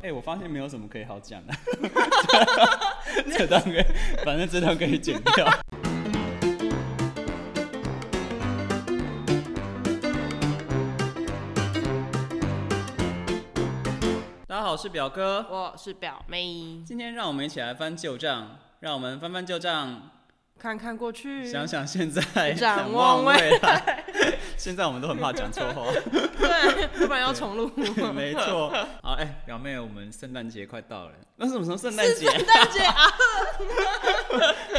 哎、我发现没有什么可以好讲 的，这段可以，反正这段可以剪掉。大家好，我是表哥，我是表妹，今天让我们一起来翻旧账，让我们翻翻旧账，看看过去，想想现在，嗯 展展望望未未来。现在我们都很怕讲错 话。对，要不然要重录。没 错，好，哎、表妹，我们圣诞节快到了，那是我们什么圣诞是节？圣诞节啊，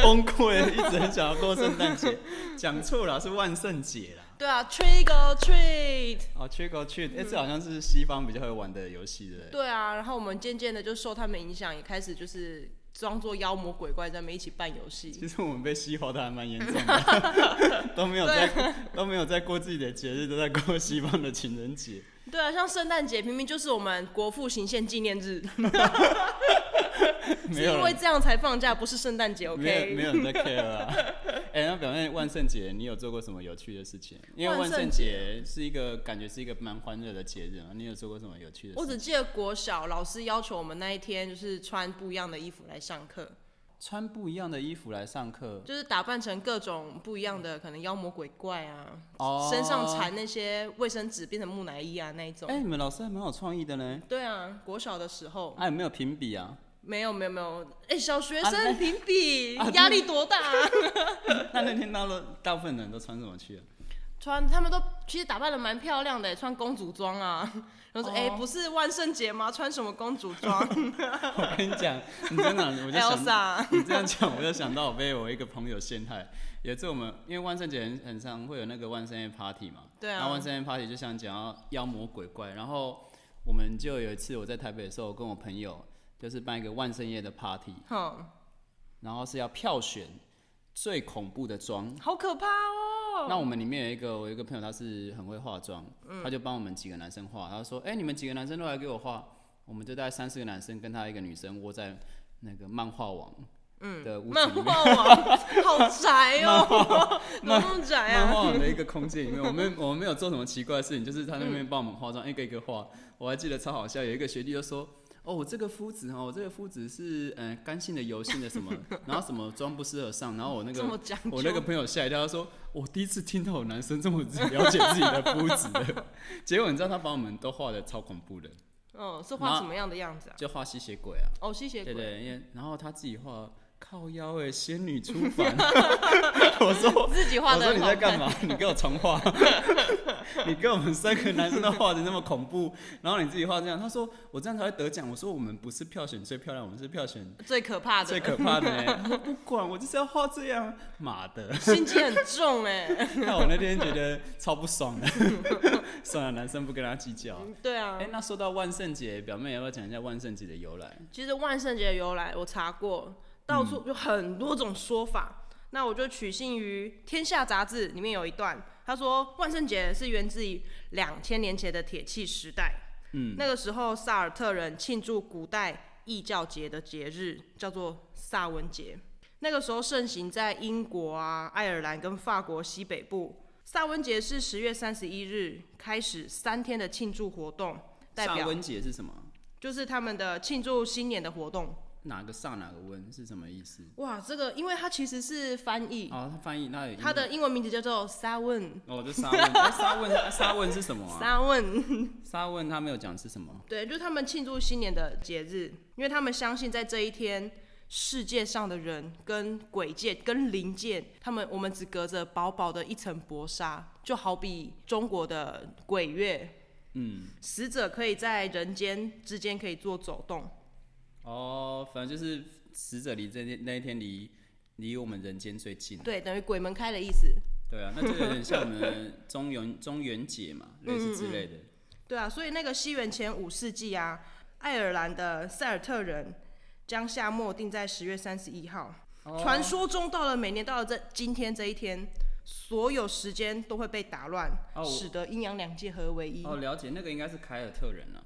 崩溃，一直很想要过圣诞节，讲错了，是万圣节啦。对啊，trick or treat，哦，trick or treat，哎、这好像是西方比较会玩的游戏，对不对？对啊，然后我们渐渐的就受他们影响，也开始就是装作妖魔鬼怪在那边一起办游戏。其实我们被西化的还蛮严重的， 都没有在都没有在过自己的节日，都在过西方的情人节。对啊，像圣诞节明明就是我们国父行宪纪念 日，没有是因人为这样才放假，不是圣诞节没有没，OK？有人在 care 啊。 哎、那表妹，万圣节你有做过什么有趣的事情？因为万万圣圣节是一个感觉是一个蛮欢乐的节日嘛，你有做过什么有趣的我事只情？记得国小老师要求我们那一天就是穿不一样的衣服来上课，穿不一样的衣服来上课，就是打扮成各种不一样的，可能妖魔鬼怪啊，哦身上缠那些卫生纸变成木乃伊啊那一种。哎、你们老师还蛮有创意的呢。对啊，国小的时候啊，有没有评比啊？ 没有没有没有，哎、小学啊那生评比啊压力多大、啊？那那天大了大部分人都穿什么去了？ 穿他们都其实打扮的蛮漂亮的，穿公主装啊。然后说，哎、哦不是万圣节吗？穿什么公主 装我跟你讲，你真的，我就哎想到， ？Elsa 你这样讲，我就想到我被我一个朋友陷害。有一次我们因为万圣节很很常会有那个万圣夜 party 嘛，对啊然后万圣夜 party 就想讲要妖魔鬼怪，然后我们就有一次我在台北的时候，我跟我朋友就是办一个万圣夜的 party，哼，然后是要票选最恐怖的妆。好可怕哦！嗯那我们里面有一个，我有一个朋友，他是很会化妆，他就帮我们几个男生化，然后说：“哎、你们几个男生都来给我画。”我们就带三四个男生跟他一个女生窝在那个漫画网的屋子嗯漫里面，画王好宅哦，怎么漫那么宅漫啊？画网的一个空间里 面，我们我们没有做什么奇怪的事情，就是他那边帮我们化妆，一个哎一个画。我还记得超好笑，有一个学弟就说。哦，我这个肤质哦，我这个肤质是嗯、呃干性的、油性的什么，然后什么妆不适合上，然后我那个 这么讲究，我那个朋友吓一跳，他说：“我第一次听到有男生这么了解自己的肤质的。” 结果你知道他把我们都画的超恐怖的，嗯，是然画后什么样的样子啊？就画吸血鬼啊，哦，吸血对鬼，对，因为然后他自己画靠腰哎、仙女出 凡，我说自己画我的说你在干嘛？你给我重画， 你给我们三个男生都画的那么恐怖，然后你自己画这样，他说我这样才会得奖。我说我们不是票选最漂亮，我们是票选最可怕的，最可怕的、欸。他说不管，我就是要画这样，妈的。心机很重哎、 那我那天觉得超不爽的， 算了，男生不跟他计较。嗯 对啊哎、，那说到万圣节，表妹要不要讲一下万圣节的由来？其实万圣节的由来我查过，到处有很多种说法。那我就取信于《天下》杂志里面有一段，他说万圣节是源自于两千年前的铁器时代。嗯，那个时候萨尔特人庆祝古代异教节的节日，叫做萨文节。那个时候盛行在英国啊、爱尔兰跟法国西北部。萨文节是十月三十一日开始三天的庆祝活动，代萨表温节是什么？就是他们的庆祝新年的活动。哪个萨哪个温是什么意思？哇，这个因为它其实是翻译，哦，他翻译那有它的英文名字叫做萨文。哦，就 沙温，哎沙温沙温是什么啊？萨文，沙温他没有讲是什么。对，就是他们庆祝新年的节日，因为他们相信在这一天，世界上的人跟鬼界、跟灵界，他们我们只隔着薄薄的一层薄纱，就好比中国的鬼月，嗯，死者可以在人间之间可以做走动。哦，反正就是死者离这那一天离离我们人间最近。对，等于鬼门开的意思。对啊，那就有点像我们中元中元节嘛，类似之类的。对啊，所以那个西元前五世纪啊，爱尔兰的塞尔特人将夏末定在十月三十一号。哦传说中到了每年到了这今天这一天，所有时间都会被打乱，哦我使得阴阳两界合为一。哦，哦，了解，那个应该是凯尔特人啊。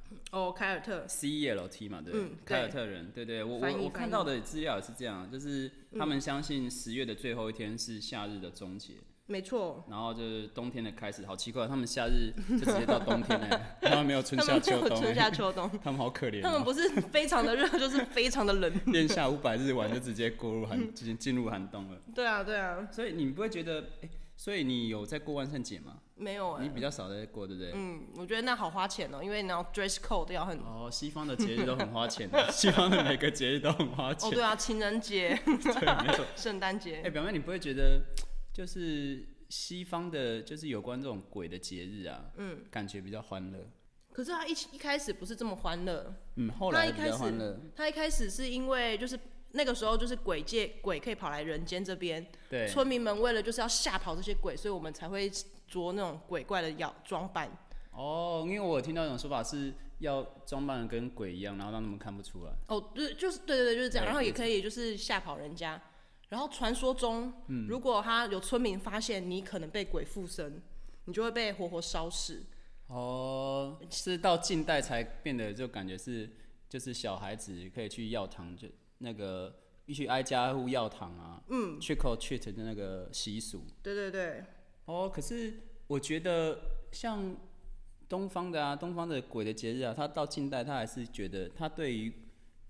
凯尔特， CELT E 嘛，对不对，嗯对凯尔特人，对对，我翻译嗯我我翻看译到的资料也是这样，就是他们相信十月的最后一天是夏日的终结，没错，然后就是冬天的开始，好奇怪，他们夏日 就直接到冬天了， 他们没有春他夏们没秋有冬欸，春夏秋 冬，他们好可怜他们哦。不是非 常的热，就是非常的冷。练下五百日完就直接过入 寒，进进入寒冬了。对啊，对啊，所以你不会觉得，哎、所以你有在过万圣节吗？没有哎、你比较少在过，对不对？嗯，我觉得那好花钱哦、因为你要 dress code 要很。哦，西方的节日都很花钱 的，西方的每个节日都很花钱。哦，对啊，啊情人节、对，没错。圣诞哎、节，表妹，你不会觉得就是西方的，就是有关这种鬼的节日啊，嗯，感觉比较欢乐。可是他一起一开始不是这么欢乐，嗯，后那来一比开较始欢乐。他一开始是因为就是那个时候就是鬼界鬼可以跑来人间这边，对，村民们为了就是要吓跑这些鬼，所以我们才会着那种鬼怪的药装扮。哦，因为我有听到一种说法是要装扮的跟鬼一样，然后让他们看不出来。哦，对，就是对对对，就是这样。对然后也可以就是吓跑人家。然后传说中，嗯如果他有村民发现你可能被鬼附身，你就会被活活烧死。哦，是到近代才变得，就感觉是就是小孩子可以去药堂，就那个必须挨家挨户药堂啊，嗯，trick or treat 的那个习俗。对对对，哦，可是我觉得像东方的啊，东方的鬼的节日啊，他到近代他还是觉得他对于，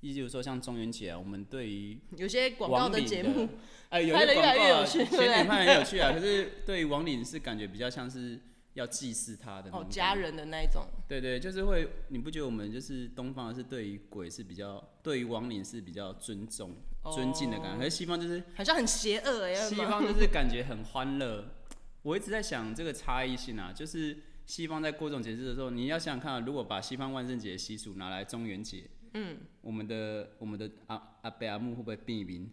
例如说像中元节啊，我们对于有些广告亡的灵节目，， 哎，有拍一得个越广来告越有啊趣对不前对年拍得很有趣啊，可是对于亡灵是感觉比较像是要祭祀他的那哦，种家感觉人的那一种。对对，就是会，你不觉得我们就是东方是对于鬼是比较，对于亡灵是比较尊重、哦尊敬的感觉，可是西方就是好像很邪恶哎、欸，西嘛方就是感觉很欢乐。我一直在想这个差异性啊，就是西方在过这种节日的时候，你要想想看啊、如果把西方万圣节的习俗拿来中元节，嗯，我们的我们的阿阿伯阿木会不会避名？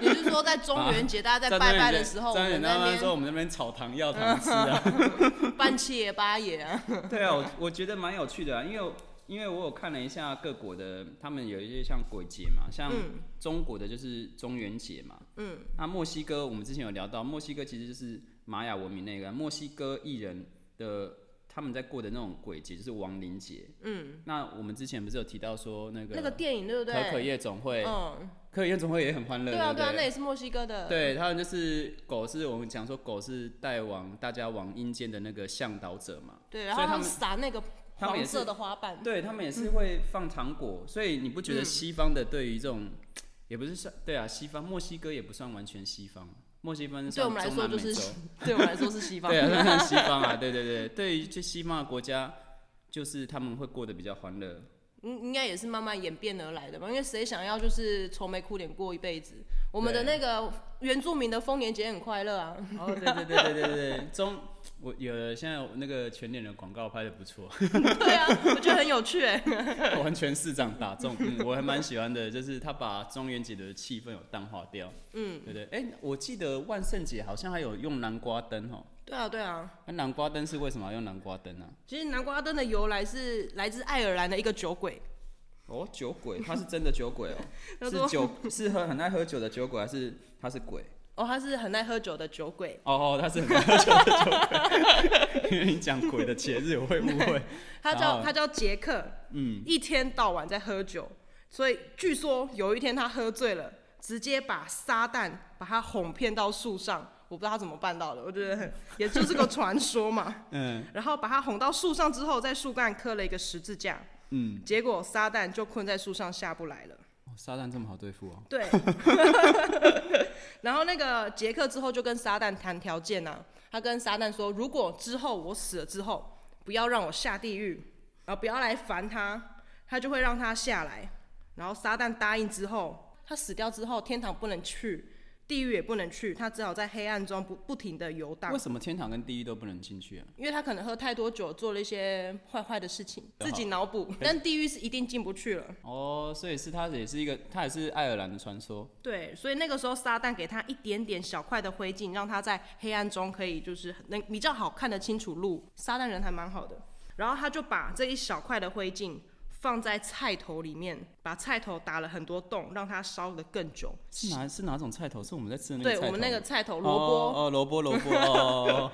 也就是说，在中元节 大家在拜拜的时候，我中们元节在他那们说边我们那边炒糖要糖吃啊， 办七爷八爷啊。对啊，我我觉得蛮有趣的啊，因为我因为我有看了一下各国的，他们有一些像鬼节嘛，像嗯中国的就是中元节嘛，嗯，那墨西哥，我们之前有聊到，墨西哥其实就是玛雅文明那个墨西哥艺人的他们在过的那种鬼节，就是亡灵节。嗯，那我们之前不是有提到说那个那个电影对啊不对？可可夜总会，嗯，可可夜总会也很欢乐，对啊对对啊，不那也是墨西哥的。对他们就是狗是我们讲说狗是带往大家往阴间的那个向导者嘛，对，然所后以他他们撒那个他们也是黄色的花瓣。对他们也是会放糖果，所以你不觉得嗯西方的对于这种、也不是算对啊，西方墨西哥也不算完全西方，墨西哥对我们来算中南说就美是洲。 对我来说是西方。对啊，那像西方 啊，对对对，对于这西方的国家，就是他们会过得比较欢乐。应应该也是慢慢演变而来的吧，因为谁想要就是愁眉苦脸过一辈子？我们的那个原住民的丰年节很快乐 啊，哦，对对对对对对，中我有了现在有那个全脸的广告拍的不错， 对啊，我觉得很有趣哎、完全市长打中，嗯，我还蛮喜欢的，就是他把中元节的气氛有淡化掉，嗯，对对。哎、我记得万圣节好像还有用南瓜灯哦，对啊对啊。那南瓜灯是为什么要用南瓜灯啊？其实南瓜灯的由来是来自爱尔兰的一个酒鬼，哦，酒鬼，他是真的酒鬼哦，他是说酒是喝很爱喝酒的酒鬼，还是他是鬼？哦他是很爱喝酒的酒鬼，哦，他是很爱喝酒的酒鬼，因为你讲鬼的节日，我会误会。他叫哦他叫杰克，嗯，一天到晚在喝酒，所以据说有一天他喝醉了，直接把撒旦把他哄骗到树上。我不知道他怎么办到的，我觉得很也就是个传说嘛。 嗯然后把他哄到树上之后，在树干刻了一个十字架，嗯，结果撒旦就困在树上下不来了。哦撒旦这么好对付哦。对， 然后那个杰克之后就跟撒旦谈条件呐、他跟撒旦说，如果之后我死了之后，不要让我下地狱，然后不要来烦他，他就会让他下来。然后撒旦答应之后，他死掉之后，天堂不能去，地狱也不能去，他只好在黑暗中不不停的游荡 为，什么天堂跟地狱都不能进去啊？因为他可能喝太多酒，做了一些坏坏的事情，好自己脑补，但地狱是一定进不去了。哦，所以是他也是一个，他也是爱尔兰的传说。对，所以那个时候撒旦给他一点点小块的灰烬，让他在黑暗中可以就是很能比较好看得清楚路。撒旦人还蛮好的，然后他就把这一小块的灰烬放在菜头里面，把菜头打了很多洞，让它烧得更久。是哪是哪种菜头？是我们在吃的那个对菜头吗。我们那个菜头哦萝卜，哦，萝卜萝卜哦哦。哦哦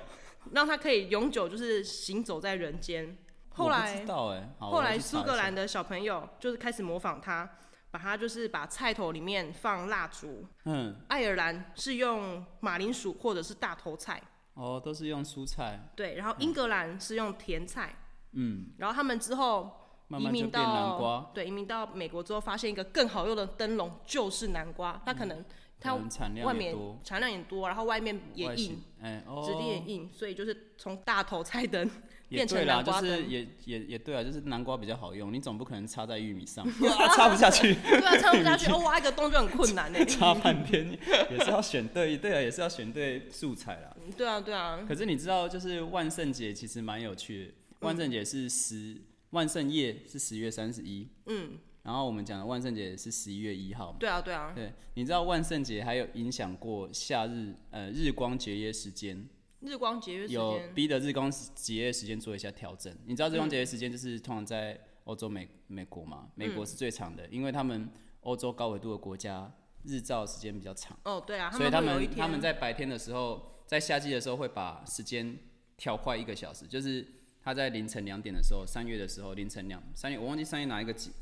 让它可以永久就是行走在 人间。后我不来知道哎，好后来我去查苏一下格兰的小朋友就是开始模仿他，把它就是把菜头里面放蜡烛。嗯，爱尔兰是用马铃薯或者是大头菜，哦，都是用蔬菜，对，然后英格兰是用甜菜，嗯，然后他们之后慢移慢就民变南瓜，到对移民到美国之后，发现一个更好用的灯笼就是南瓜，它可能它可能嗯产外量也面多，产量也多，然后外面也外硬形，，哎，哦，质地也硬，所以就是从大头 菜灯也变成对啦，南就瓜是灯也也也对啊，就是南瓜比较好用，你总不可能插在玉米 上， 啊插不下去，对啊，唱不 下去，哦，挖一个洞就很困难呢。欸插半天，也是要选对，对啊，也是要选对素材啦。嗯嗯对啊，对啊，可是你知道，就是万圣节其实蛮有趣的，万圣节是十，万圣夜是十月三十一，嗯，然后我们讲的万圣节是十一月一号嘛。对啊，对啊。对，你知道万圣节还有影响过夏日呃日光节约时间，日光节约时有间，逼得日光节约时间做一下调整。你知道日光节约时间就是通常在欧洲美美国嗯嘛，美国是最长的，因为他们欧洲高纬度的国家日照时间比较长，哦，对啊，所以他会有一们他天们在白天的时候，在夏季的时候会把时间调快一个小时，就是他在凌晨两点的时候，三月的时候凌晨两三月，我忘记三月哪一个几，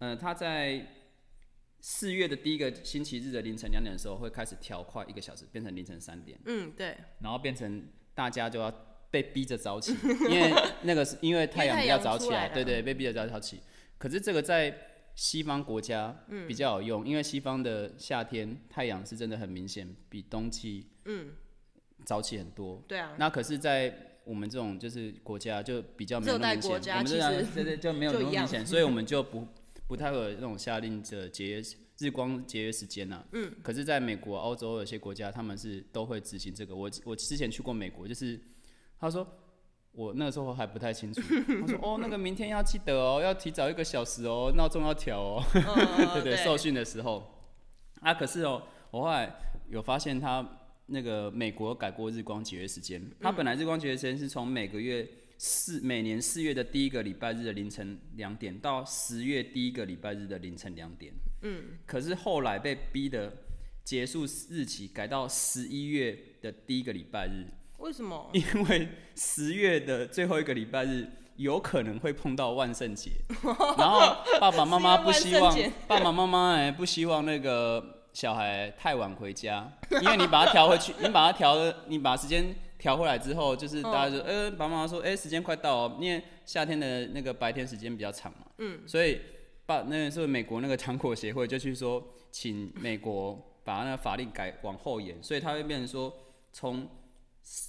呃，他在四月的第一个星期日的凌晨两点的时候会开始调快一个小时，变成凌晨三点，嗯，对，然后变成大家就要被逼着早 起，因为那个是因为太阳比较早起因为太来，阳出来了对对，被逼着早早起。可是这个在西方国家比较有用，因为西方的夏天太阳是真的很明显，比冬季嗯，早起很多。对啊，那可是，在我们这种就是国家就比较没有那么明热带国显，家我们这样其对对就没有就那么一样明显，所以我们就不不太会有那种夏令的节约日光节约时间呐、嗯，可是，在美国、欧洲有些国家，他们是都会执行这个。我我之前去过美国，就是他说。我那个时候还不太清楚，他说哦，那个明天要记得哦，要提早一个小时哦，闹钟要调哦。呃对对，受训的时候啊，可是哦，我后来有发现他那个美国改过日光节约时间，他本来日光节约时间是从每个月四每年四月的第一个礼拜日的凌晨两点到十月第一个礼拜日的凌晨两点，嗯，可是后来被逼的结束日期改到十一月的第一个礼拜日，为什么？因为十月的最后一个礼拜日有可能会碰到万圣 节，然后爸爸妈妈不希望是因为万圣节爸爸妈妈哎不希望那个小孩太晚回家，因为你把他调回 去，你把他调，你把时间调回来之后，就是大家哦就呃爸爸妈妈说哎、时间快到哦，因为夏天的那个白天时间比较长嘛，嗯，所以爸那个时候美国那个糖果协会就去说，请美国把那个法令改往后延，所以它会变成说从。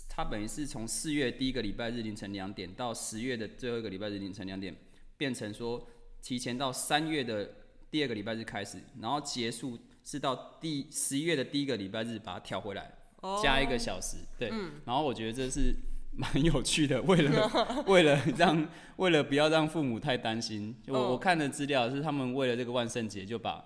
它等于是从四月第一个礼拜日凌晨两点到十月的最后一个礼拜日凌晨两点，变成说提前到三月的第二个礼拜日开始，然后结束是到第十一月的第一个礼拜日把它调回来，哦，嗯加一个小时，对。然后我觉得这是蛮有趣的，为 了为了让为了不要让父母太担心，就我、嗯我看的资料是他们为了这个万圣节就把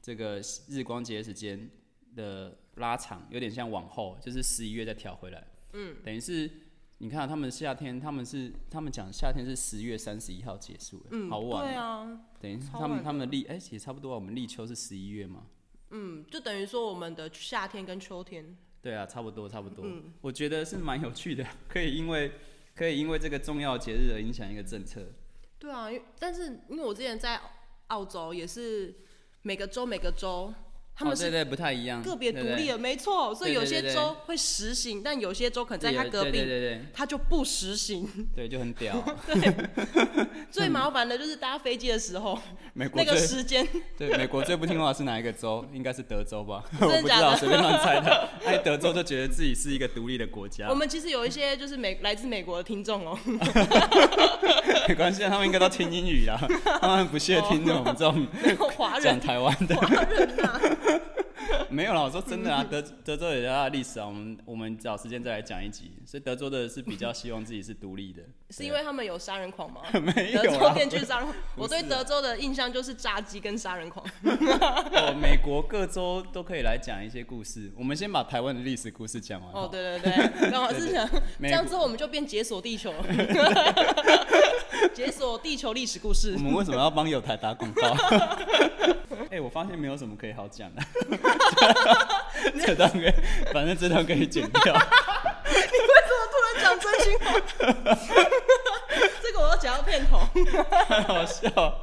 这个日光节时间的拉长，有点像往后，就是十一月再调回来。嗯，等于是你看啊他们夏天，他们是他们讲夏天是十月三十一号结束，嗯，好晚对哦、啊，等于是超他们晚他们的立哎、也差不多啊，我们立秋是十一月嘛。嗯，就等于说我们的夏天跟秋天，对啊，差不多差不多。嗯我觉得是蛮有趣的， 可以因为可以因为这个重要节日而影响一个政策。对啊，因为但是因为我之前在澳洲也是每个州每个州他们哦、对是对不太一样，个别独立的，没错，所以对有对对些对州会实行，但有些州可对能对对在它隔对壁对 对它就不实行。 对对，就很屌。最麻烦的就是搭飞机的时 候，美国那个最 时间嗯对美国最不听话的是哪一个州？应该是德州 吧？ 的我不知假道，的随便乱猜的。 哎，德州就觉得自己是一个独立的国家 我，们其实有一些就是美来自美国的 听众哦、没关系，他们应该都听英语啦， 他们不屑听我们这 种没有华讲哦人，啊台湾的。 没有啦，我说真的 啊，德德州有它的历史啊，我们我们找时间再来讲一集。所以德州的是比较希望自己是独立的， 是因为他们有杀人狂吗？没德有州啊， 电锯杀人狂，不我对是啊德州的印象就是炸鸡跟杀人狂。哦，美国各州都可以来讲一些故事。我们先把台湾的历史故事讲完。哦，对 对对，刚好是想这美样国，之后我们就变解锁地 球了，解锁地球历史故事我。们为什么要帮友台打广告？ 哎、我发现没有什么可以好讲 的， 这段可以，反正这段可以剪掉。 你为什么突然讲真心话？这个我要讲到片头，哦太好笑。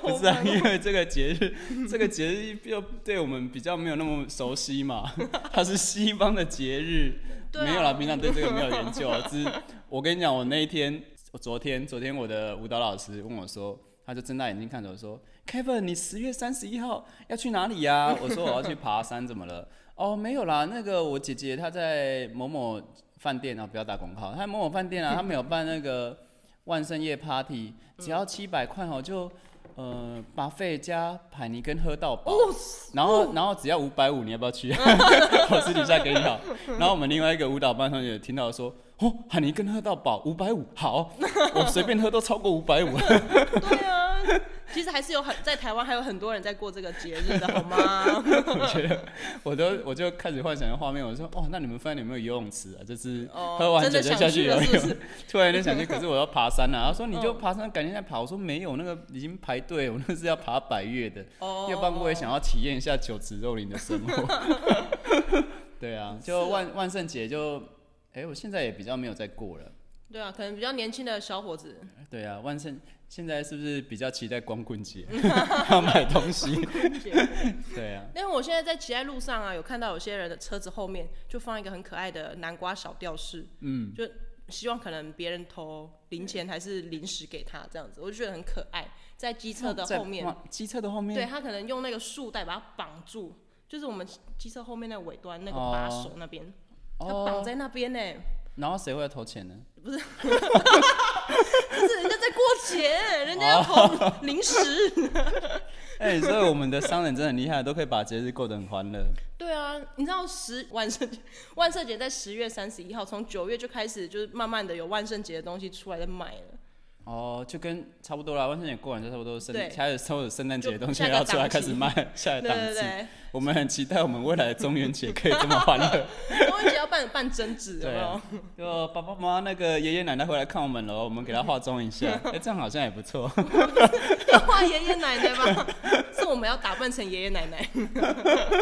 不是啊，因为这个节日，这个节日又对我们比较没有那么熟悉嘛， 它是西方的节日，对啊没有啦，平常对这个没有研究。啊 只是我跟你讲，我那一天，我昨天，昨天我的舞蹈老师问我说，他就睁大眼睛看着我说，Kevin，你十月三十一号要去哪里呀、我说我要去爬山，怎么 了？哦，没有啦，那个我姐姐她在某某饭店啊，不要打广告，她在某某饭店啊，她没有办那个万圣夜 party，只嗯要七百块哦，就呃把费加海尼根喝到饱，哦然后然后只要五百五，你要不要 去？我私底下给你好。嗯然后我们另外一个舞蹈班同学听到说， 哦，海尼根喝到饱，五百五，好，我随便喝都超过五百五。 对啊，其实还是有很在台湾还有很多人在过这个节日的好 吗？我觉得我都我就开始幻想的画面，我说哦，那你们饭店有没有游泳池啊？就是哦喝完酒真就的下想去去游了泳，是不是 哦突然间想去，可是我要爬山 啊。他说你就爬山，赶紧再爬。我说没有，那个 已经排队，我那是要爬百越的，哦要不然我也想要体验一下酒池肉林的生 活。 对啊，就万万圣节就，哎、我现在也比较没有在过了。对啊，可能比较年轻的小 伙子，对啊，万圣现在是不是比较期待光棍节？ 要买东西。对啊，因为我现在在骑在路上啊，有看到有些人的车子后面就放一个很可爱的南瓜小吊饰，嗯。就希望可能别人投零钱还是零食给他这样子，我就觉得很可爱。在机车的在后面，哇，机车的后面，对他可能用那个束带把它绑住，就是我们机车后面那个尾端那个把手那边，他绑哦，在那边呢、然后谁会投钱呢？不是人家在过节、人家 要投零食。哎、所以我们的商人真的很厉害，都可以把节日过得很欢乐。对啊，你知道十万圣节，万圣节在十月三十一号，从九月就开始，就是慢慢的有万圣节的东西出来在卖了。哦，就跟差不多啦，万圣节过完就差不多圣，对开始所有圣诞节的东西就下一个要出来档期开始卖，下一对档对次。对，我们很期待我们未来的中元节可以这么欢乐。 中元节要办办贞子，有对没有啊？就爸爸妈妈那个爷爷奶奶回来看我们了，我们给他化妆一下， 哎、这样好像也不错。要画爷爷奶奶吗？ 是我们要打扮成爷爷奶奶。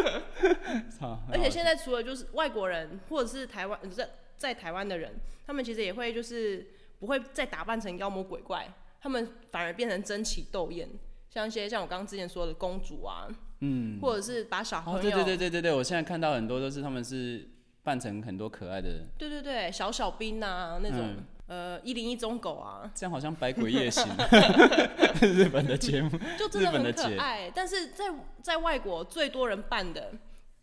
好而且现在除了就是外国人或者是台湾呃在在台湾的人，他们其实也会就是不会再打扮成妖魔鬼怪，他们反而变成争奇斗艳，像一些像我刚刚之前说的公主啊，嗯，或者是把小朋哦，友、对对对对对对，我现在看到很多都是他们是扮成很多可爱的人，对对对小小兵啊那种、嗯呃一零一忠狗啊，这样好像百鬼夜 行，日本的节目。就真的日本的很可节爱。但是在在外国最多人扮的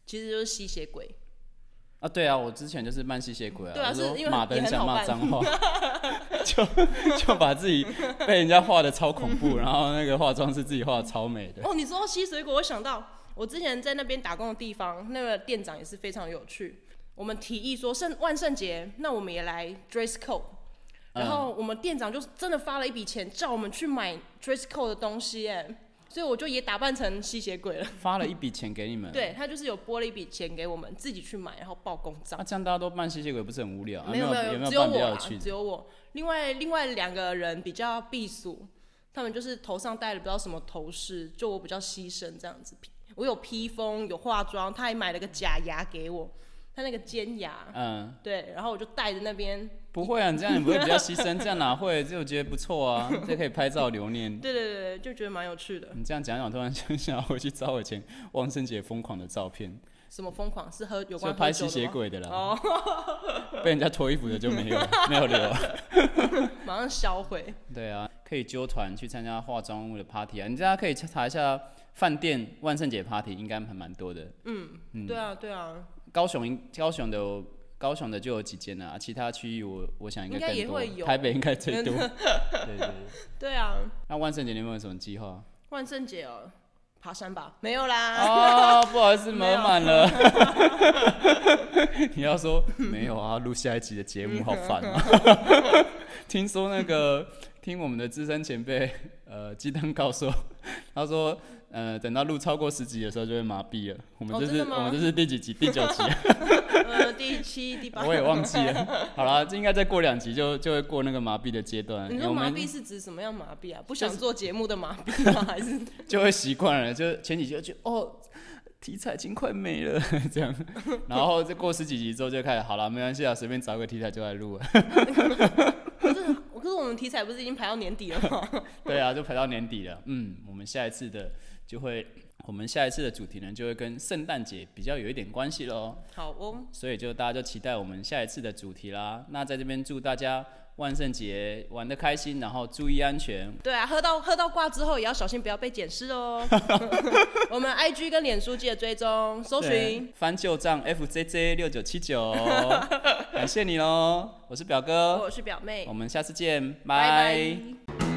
其实就是吸血鬼，啊，对啊，我之前就是扮吸血鬼啊，对啊我说是因为马的也很很想好骂扮脏 话，就就把自己被人家画的超恐怖，然后那个化妆是自己画的超美的。哦，你说到吸水果，我想到我之前在那边打工的地方，那个店长也是非常有趣。我们提议说圣万圣节，那我们也来 dress code。然后我们店长就真的发了一笔钱，叫我们去买 dress code 的东西，哎，所以我就也打扮成吸血鬼了。发了一笔钱给你们，， 对他就是有拨了一笔钱给我们自己去买，然后报公账啊，。这样大家都扮吸血鬼不是很无聊？啊、没有没没有有，没只有有扮比我啊较有啦，趣的？只有我。另外另外两个人比较避暑，他们就是头上戴了不知道什么头饰，就我比较牺牲这样子。我有披风，有化妆，他还买了个假牙给我，他那个尖牙，嗯，对，然后我就戴着那边，不会啊，你这样你不会比较牺牲，这样哪会？这我觉得不错啊，这可以拍照留念。对对对对，就觉得蛮有趣的。你这样讲讲，突然想想要回去找我以前万圣节疯狂的照片，什么疯狂是喝有就关拍喝吸酒的血吗？鬼的啦，哦，被人家脱衣服的就没有了没有留啊。 马上销毁。对啊，可以揪团去参加化妆屋的 party 啊！你大家可以查一下饭店万圣节 party，应该还蛮多的。嗯对啊对啊，高雄应高雄的有高雄的就有几间啊，其他区域我我想应应该该也更多，会有台北应该最多。对对对。对啊，那万圣节你有没有什么计划？万圣节哦，爬山吧？没有啦，哦，不好意思，没有门满了。 你要说没有啊？录下一集的节嗯目好烦啊！ 听说那个，听我们的资深前辈，呃，鸡蛋告说， 他说，呃，等到录超过十集的时候就会麻痹了。我们哦这真是、的吗我们这是第几集？第九集啊， 呃，第七、第八，我也忘记了。好了，这应该再过两集就就会过那个麻痹的阶段。你我说麻们痹是指什么样麻痹啊？不就是想做节目的麻痹 吗？还是就会习惯了，就前几集就觉得哦，题材已经快没了这样，然后再过十几集之后就开始好了，没关系啊，随便找个题材就来录了。可是我可是我我们题材不是已经排到年底了 吗？ 对啊，就排到年底了。嗯，我们下一次的就会，我们下一次的主题呢就会跟圣诞节比较有一点关系喽。好哦，所以就大家就期待我们下一次的主题啦。那在这边祝大家万圣节玩的开心，然后注意安全。对啊，喝到喝到挂之后也要小心不要被捡尸 哦。我们 IG 跟脸书记得追踪，搜对寻翻旧账 FJJ 六九七 九，感谢你喽，我是表哥，我是表妹我，们下次见，拜拜拜